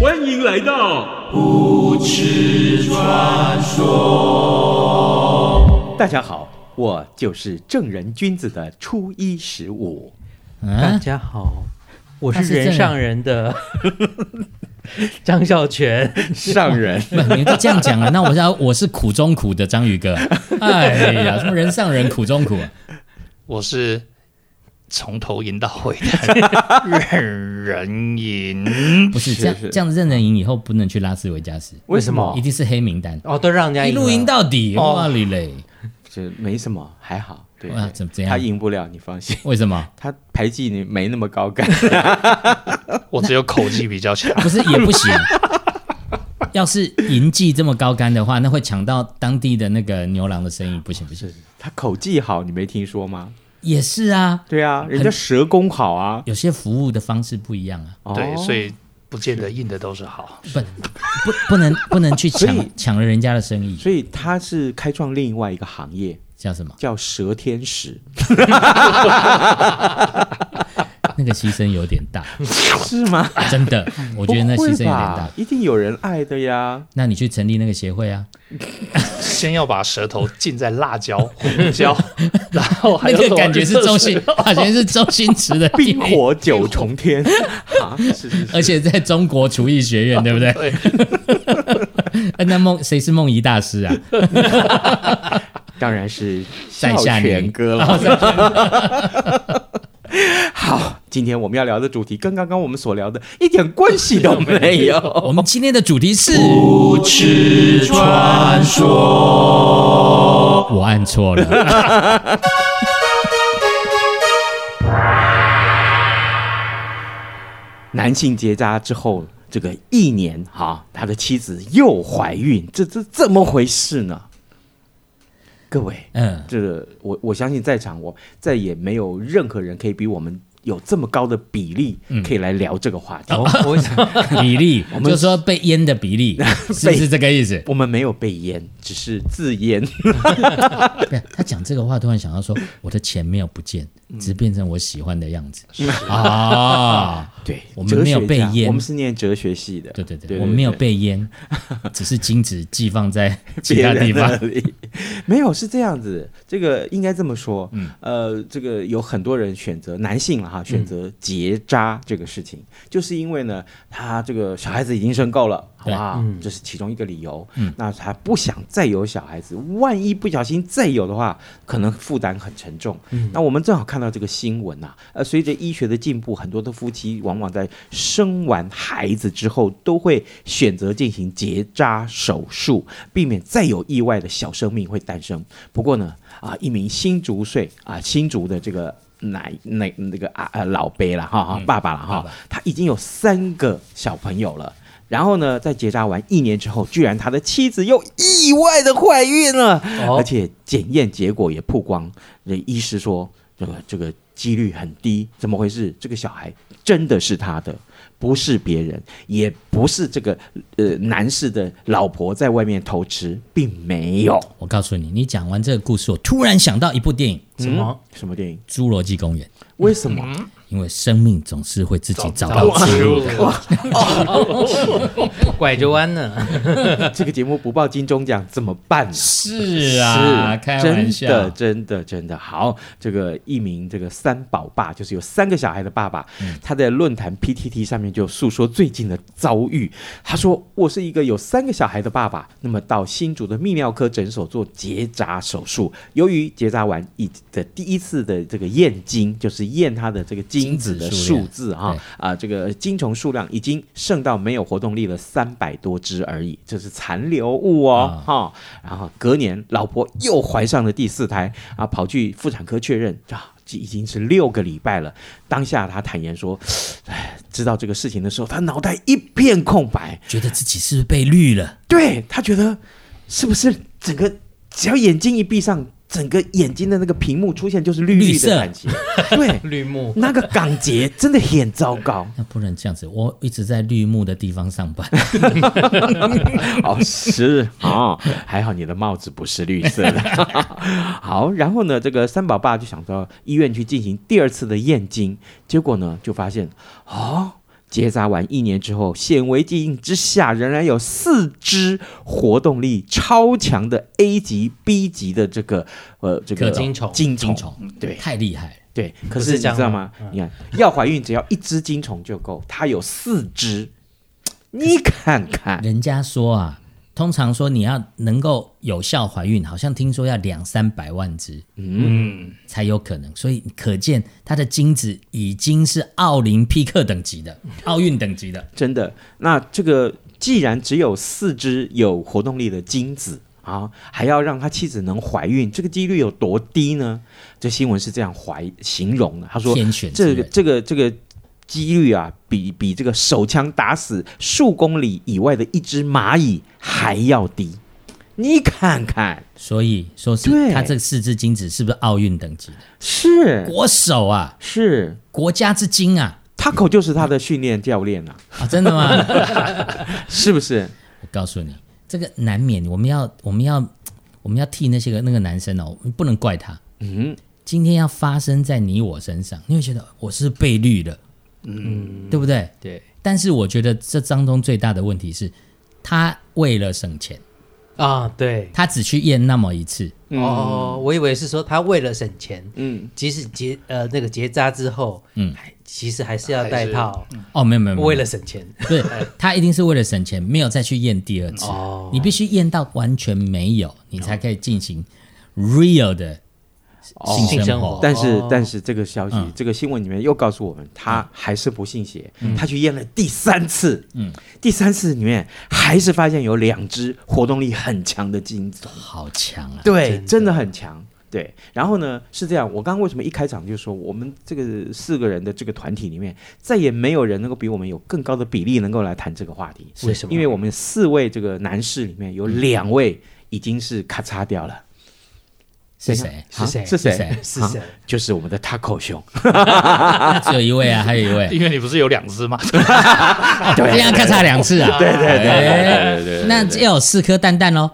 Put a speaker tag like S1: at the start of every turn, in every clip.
S1: 欢迎来到
S2: 大家好，我就是正人君子的初一十五。
S3: 大
S4: 嗯，
S3: 家好，我
S4: 他是
S3: 是
S4: 真
S3: 人
S4: 人
S3: 上人的 张孝全，
S2: 上人
S4: 那你都这样讲了，那我要我是苦中苦的章 鱼哥。哎呀，什么人上人苦中苦、啊，
S5: 我是从头赢到尾的 任人赢。
S4: 不是这样
S2: 是
S4: 这样认人赢以后不能去拉斯维加斯，
S2: 为什么
S4: 一？定是黑名单，
S3: 哦，都让人家
S4: 一路赢
S3: 到
S4: 到底，
S5: 哦
S4: 哇哩嘞！
S2: 这没什么，还好。对，
S4: 哇
S2: 对
S4: 怎怎样
S2: 他赢不了，你放心。
S4: 为什么？
S2: 他排技你没那么高干，
S5: 我只有口技比较强。
S4: 不是也 不行。要是银记这么高干的话，那会抢到当地的那个牛郎的生意，不行不行。
S2: 他口技好，你没听说吗？
S4: 也是啊，
S2: 对啊，人家蛇功好啊。
S4: 有些服务的方式不一样啊，
S2: 哦
S5: 对，所以不见得硬的都是好。
S4: 不不不能不能去
S2: 所以
S4: 抢抢了人家的生意，
S2: 所以他是开创另外一个行业，
S4: 叫什么？
S2: 叫蛇天使。
S4: 那个牺牲有点大，
S2: 是吗？
S4: 真的，我
S2: 我
S4: 觉得那牺牲有点大。
S2: 一定有人爱的呀。
S4: 那你去成立那个协会啊？
S5: 先要把舌头浸在 辣椒、胡椒，然后还
S4: 那
S5: 有
S4: 个
S5: 什么
S4: 感觉是周 星，
S5: 热水
S4: 感觉是周星驰的
S2: 冰
S4: 电影，
S2: 火九重天啊！是是是，
S4: 而且在中国厨艺学院，对不对？
S5: 对，
S4: 哎那梦谁是梦怡大师啊？
S2: 当然是
S4: 在下
S2: 孝全
S4: 你啊
S2: 哥了。 好，今天我们要聊的主题跟刚刚我们所聊的一点关系都没有。
S4: 我们今天的主题是我按错了。
S2: 男性结扎之后，这个一年哈、他的妻子又怀孕，这这怎么回事呢？各位，
S4: 嗯，
S2: 这个我我相信在场我再也没有任何人可以比我们有这么高的比例
S4: 嗯
S2: 可以来聊这个话
S4: 哦
S2: 题。
S3: 我
S4: 比例，
S2: 们
S4: 就说被淹的比例，是不是这个意思？
S2: 我们没有被淹，只是自淹。
S4: 不是他讲这个话，突然想到说，我的钱没有不见，只变成我喜欢的样子啊！
S2: 对，
S4: 我们没有
S2: 哲学家
S4: 被淹
S2: 我们是念哲学系的。
S4: 对对对，
S2: 对，
S4: 我们没有被淹，只是金子寄放 在其
S2: 别
S4: 他
S2: 人
S4: 地方
S2: 那。里 没有是这样子，这个应该这么说。
S4: 嗯
S2: 呃，这个有很多人选择男性了哈，选择结扎这个事情，
S4: 嗯
S2: 就是因为呢，他这个小孩子已经生够了，好
S4: 对嗯
S2: 不好？这是其中一个理由。那他不想再有小孩子，万一不小心再有的话，可能负担很沉重。那我们正好看到这个新闻啊，呃，随着医学的进步，很多的夫妻往往在生完孩子之后都会选择进行结扎手术，避免再有意外的小生命会诞生。不过呢，啊，一名新竹岁啊，新竹的这个。奶奶那个啊呃老伯了哈哈爸爸了哈，他已经有三个小朋友了，然后呢，在结扎完一年之后，居然他的妻子又意外的怀孕了，而且检验结果也曝光。那医师说，这个这个几率很低，怎么回事？这个小孩真的是他的，不是别人，也不是这个呃男士的老婆在外面偷吃，并没有。
S4: 我告诉你，你讲完这个故事，我突然想到一部电影《
S2: 什么、嗯什么电影？
S4: 侏罗纪公园》，
S2: 为什么？
S4: 因为生命总是会自己找到
S5: 哇
S4: 出路。
S3: 拐着弯呢，
S2: 这个节目不报金钟奖怎么办呢？
S4: 是啊，
S2: 是
S4: 开玩
S2: 真
S4: 笑
S2: 的，真的，真的好。这个一名这个三宝爸，就是有三个小孩的爸爸，
S4: 嗯
S2: 他在论坛 PTT 上面就诉说最近的遭遇。他说：“我是一个有三个小孩的爸爸，那么到新竹的泌尿科诊所做结扎手术，由于结扎完一的第一次的这个验精，就是验他的这个精子的
S4: 精子数
S2: 数
S4: 量
S2: 字啊
S4: 对
S2: 啊，这个精虫数量已经剩到没有活动力了三百多只而已，这是残留物哦
S4: 啊
S2: 哈、然后隔年老婆又怀上了第四胎啊，跑去妇产科确认啊。这已经是六个礼拜了。当下他坦言说：“哎，知道这个事情的时候，他脑袋一片空白，
S4: 觉得自己是不是被绿了？
S2: 对他觉得是不是整个只要眼睛一闭上，整个眼睛的那个屏幕出现就是绿绿
S4: 绿色
S2: 的感觉，对，
S3: 绿幕
S2: 那个港节真的很糟糕
S4: 那不能这样子，我一直在绿幕的地方上班，
S2: 哦，是哦，还好你的帽子不是绿色的。好，然后呢，这个三宝爸就想到医院去进行第二次的验精，结果呢就发现哦。结扎完一年之后，显微镜之下仍然有四只活动力超强的 A 级、B 级的这个呃这个
S3: 可精虫
S2: 精
S4: 精
S2: 虫
S4: 虫
S2: 对
S4: 太厉害了，
S2: 对，可
S3: 不
S2: 是
S3: 是
S2: 你
S3: 这样
S2: 知道
S3: 吗
S2: 吗？你看，要怀孕只要一只精虫就够，它有四只，你看看，
S4: 人家说啊，通常说你要能够有效怀孕，好像听说要两三百万只
S5: 嗯，
S4: 才有可能，所以可见它的精子已经是奥林匹克等 级的、奥运等级的。
S2: 真的。那这个既然只有四只有活动力的精子啊，还要让他妻子能怀孕，这个几率有多低呢？这新闻是这样怀形容的，他说
S4: 天选之
S2: 这个
S4: 人
S2: 这个这个几率啊，比比这个手枪打死数公里以外的一只蚂蚁还要低，你看看，
S4: 所以说是
S2: 对
S4: 它这四只精子是不是奥运等级的
S2: 是
S4: 国手啊，
S2: 是。
S4: 国家之精啊？
S2: Taco 就是他的训练教练啊，
S4: 啊，真的吗？
S2: 是不是？
S4: 我告诉你，这个难免，我们要我们要我们要替那些个那个男生哦，我们不能怪他。
S2: 嗯，
S4: 今天要发生在你我身上，你会觉得我是被绿了，嗯，对不对？
S3: 对。
S4: 但是我觉得这当中最大的问题是，他为了省钱，
S3: 啊，对。
S4: 他只去验那么一次，
S3: 哦，我以为是说他为了省钱，
S2: 嗯，
S3: 即使结呃那个结扎之后，
S4: 嗯
S3: 嗯，其实还是要戴套，
S4: 哦，没有没有，没有
S3: 为了省钱。
S4: 不是他一定是为了省钱，没有再去验第二次。
S3: 哦
S4: 你必须验到完全没有，你才可以进行 real 的
S2: 哦
S4: 性
S3: 性
S4: 生
S3: 生
S4: 活
S3: 活。
S2: 但是
S3: 哦嗯
S2: 但是这个消息，
S4: 嗯
S2: 这个新闻里面又告诉我们，他还是不信邪，他去验了第三次，嗯，第三次里面还是发现有两只活动力很强的精子，
S4: 好强啊！
S2: 对，
S3: 哦真的
S2: 真的很强。对，然后呢是这样，我刚刚为什么一开场就说我们这个四个人的这个团体里面，再也没有人能够比我们有更高的比例能够来谈这个话题，
S3: 为什么
S2: 因为我们四位这个男士里面有两位已经是咔嚓掉了，
S4: 是谁？
S2: 啊
S3: 是谁？
S2: 是谁
S3: 是
S2: 啊
S3: 谁？
S2: 就是我们的 Taco 兄，
S4: 只有一位啊，还有一 位。
S5: 因为你不是有两只吗？
S4: 这样咔嚓两次啊！
S2: 哎
S4: 对对对对那要有四颗蛋蛋哦，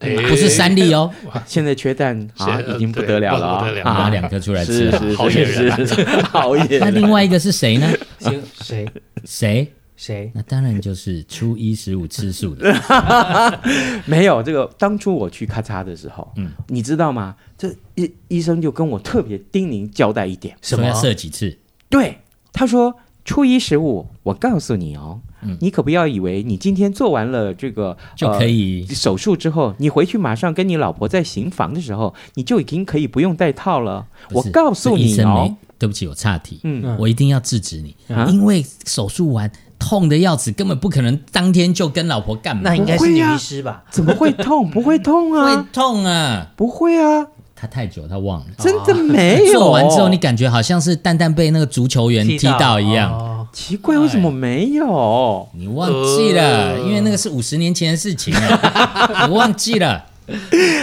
S5: 哎
S4: 不是三粒哦，
S2: 现在缺蛋啊，
S5: 是
S2: 已经不得了了啊
S5: 不得了了
S4: 拿
S2: 啊！
S4: 两颗出来吃
S2: 是
S4: 啊。
S2: 是
S5: 好野人啊
S2: 是，是好野
S4: 那另
S2: 人。
S4: 外一个是谁呢？
S3: 先谁
S4: 谁？
S3: 谁？
S4: 那当然就是初一十五吃 素的，
S2: 没有这个，当初我去咔嚓的时候，嗯，你知道吗？这医医生就跟我特别叮咛交代一点，
S4: 说要射几次？
S2: 对他说。初一十五，我告诉你哦，你可不要以为你今天做完了这个
S4: 嗯就可以
S2: 呃手术之后，你回去马上跟你老婆在行房的时候，你就已经可以不用戴套了。
S4: 不
S2: 我
S4: 是
S2: 告诉
S4: 这医
S2: 你
S4: 生
S2: 哦
S4: 没，，对不起，我岔题，
S2: 嗯
S4: 我一定要制止你，
S2: 啊
S4: 因为手术完痛的要死，根本不可能当天就跟老婆干嘛
S3: 那，应该是女医师吧？
S2: 怎么会痛？不会痛
S4: 会
S2: 啊，
S4: 痛啊！
S2: 不会啊，
S4: 他太久，他忘了。
S2: 真的没有。
S4: 做完之后，你感觉好像是蛋蛋被那个足球员踢到一样，
S3: 哦
S2: 奇怪，为什么没有？
S4: 你忘记
S2: 呃
S4: 了，因为那个是五十年前的事情了，我忘 记了。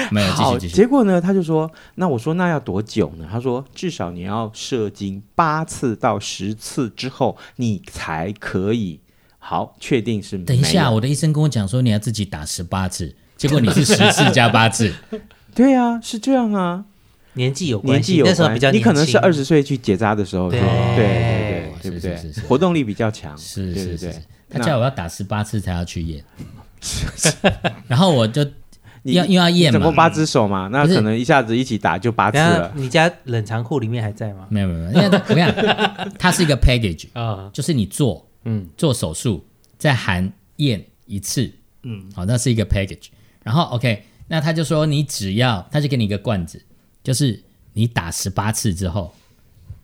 S4: 没有，继
S2: 好，
S4: 续继续。
S2: 结果呢？他就说，那我说那要多久呢？他说至少你要射精八次到十次之后，你才可以。好，确定是没有。
S4: 等一下，我的医生跟我讲说你要自己打十八次，结果你是十次加八次，
S2: 对啊，是这样啊，
S3: 年纪有关
S2: 年
S3: 系
S2: 纪有
S3: 那时候
S2: 关
S3: 比较
S2: 你
S3: 年轻，
S2: 可能是二十岁去结扎的时候，
S3: 对
S2: 对对对，
S4: 是
S2: 对不
S4: 是是
S2: 对
S4: 是？
S2: 活动力比较强，
S4: 是
S2: 对
S4: 是
S2: 对
S4: 是
S2: 对
S4: 是。。他叫我要打十八次才要去验，然后我就
S2: 你
S4: 要因为要验嘛
S2: 总共八只手嘛，那
S4: 不是
S2: 可能一下子一起打就八次
S3: 等下
S2: 了。
S3: 你家冷藏库里面还在吗？
S4: 没有没有，没有因为它我跟你讲，它是一个 package，
S3: 啊，
S4: 就是你做
S3: 嗯，
S4: 做手术再含验一次，
S5: 嗯，
S4: 好，那是一个 package。然后 OK，那他就说你只要，他就给你一个罐子，就是你打十八次之后，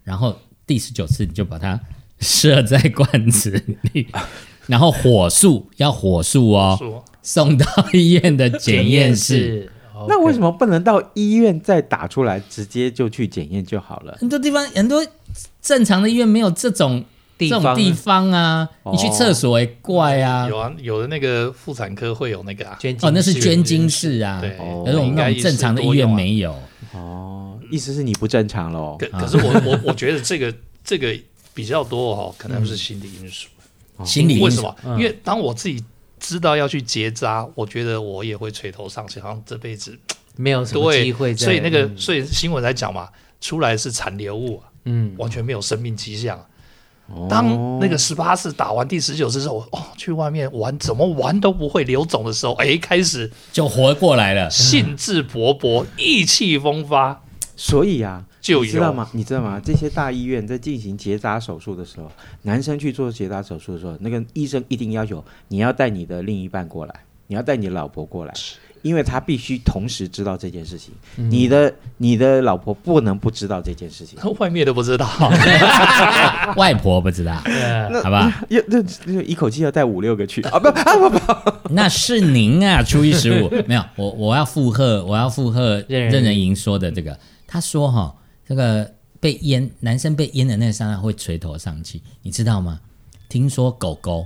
S4: 然后第十九次你就把它射在罐子 里，然后火速要火速哦，
S5: 说
S4: 送到医院的检验室。
S3: 室。
S2: 那为什么不能到医院再打出来，直接就去检验就好了？
S4: 很多地方很多正常的医院没有这种
S3: 地方
S4: 这种地方啊，
S2: 哦
S4: 你去厕所也怪啊。
S5: 有啊，有的那个妇产科会有那个啊，
S3: 捐精
S4: 哦，那是
S3: 室
S4: 捐精室啊，
S5: 对哦
S4: 可是我们那种正常的
S5: 啊
S4: 医院没有。
S2: 哦，意思是你不正常哦喽？
S5: 嗯可可是我 我我觉得这个这个比较多哦，可能是心理因素。
S4: 心理
S5: 哦哎为
S4: 因
S5: 什
S4: 素
S5: 么？因为当我自己知道要去结扎，我觉得我也会垂头丧气，好像这辈子
S3: 没有什么
S5: 对
S3: 机会，在，
S5: 所以那个
S3: 嗯
S5: 所以新闻在讲嘛，出来是残留物啊，
S3: 嗯，
S5: 完全没有生命迹象。啊
S2: 哦
S5: 当那个十八次打完第十九次之后，哦，去外面玩怎么玩都不会流肿的时候，哎，开始
S4: 就活过来了。
S5: 兴致勃勃、意气风发，
S2: 所以啊，
S5: 就
S2: 你知道
S5: 有嗯
S2: 吗？你知道吗？这些大医院在进行结扎手术的时候，男生去做结扎手术的时候，那个医生一定要求你要带你的另一半过来，你要带你的老婆过来，因为他必须同时知道这件事情。
S5: 嗯
S2: 你的你的老婆不能不知道这件事情。
S5: 外面都不知道。啊
S4: 外婆不知 道，好 吧？
S2: 要这这一口气要带五六个 去啊！不啊不不，
S4: 那是您啊，初一十 五没有我，我要附和，我要附和
S3: 任人
S4: 任人莹说的这个。他说哈、这个被淹男生被淹的那个伤害会垂头丧气，你知道吗？听说狗狗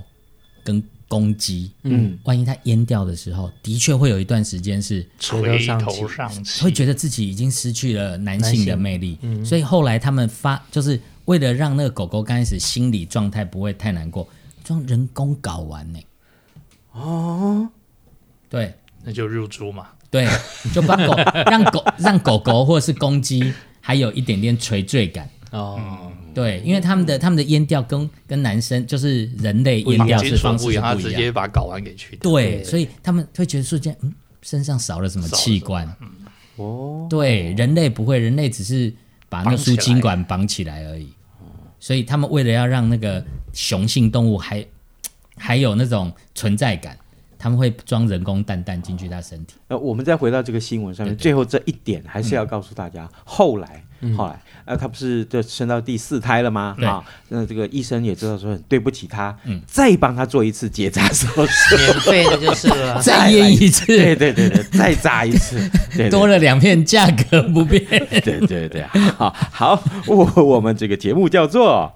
S4: 跟公鸡，嗯，万一它淹掉的时候，的确会有一段时间是
S5: 垂
S3: 垂
S5: 头
S3: 头
S5: 丧气，
S4: 会觉得自己已经失去了男性嗯的魅力，所以后来他们发就是为了让那个狗狗刚开始心理状态不会太难过，装人工睾丸呢、哦，对
S5: 那就入猪嘛。
S4: 对，就把狗让 狗让狗狗或者是公鸡还有一点点垂坠感。
S3: 哦，
S4: 对，因为他们的他们的阉掉跟跟男生就是人类
S5: 不一
S4: 阉掉
S5: 样，
S4: 是
S5: 金
S4: 方式
S5: 属不
S4: 是
S5: 一样，他
S4: 不一
S5: 直
S4: 样。
S5: 接把睾丸给去掉。
S4: 对，所以他们会觉得瞬间，嗯，身上少了什么
S5: 少了
S4: 器
S5: 什么嗯
S4: 官？
S2: 哦，
S4: 对，人类不会，人类只是把那个输精管绑起来而已。
S2: 哦
S4: 所以他们为了要让那个雄性动物还还有那种存在感，他们会装人工蛋蛋进去它身体。
S2: 呃，我们再回到这个新闻上面，
S4: 对对嗯
S2: 最后这一点还是要告诉大家，后来。后来，呃，他不是就生到第四胎了吗？
S4: 对
S2: 啊，那这个医生也知道说很对不起他，
S4: 嗯。
S2: 再帮他做一次结扎手术，
S3: 免费的就是了
S4: 再验一次，
S2: 对对对对，再扎一次，对对
S4: 多了两片，价格不变。
S2: 对对对，好好，我我们这个节目叫做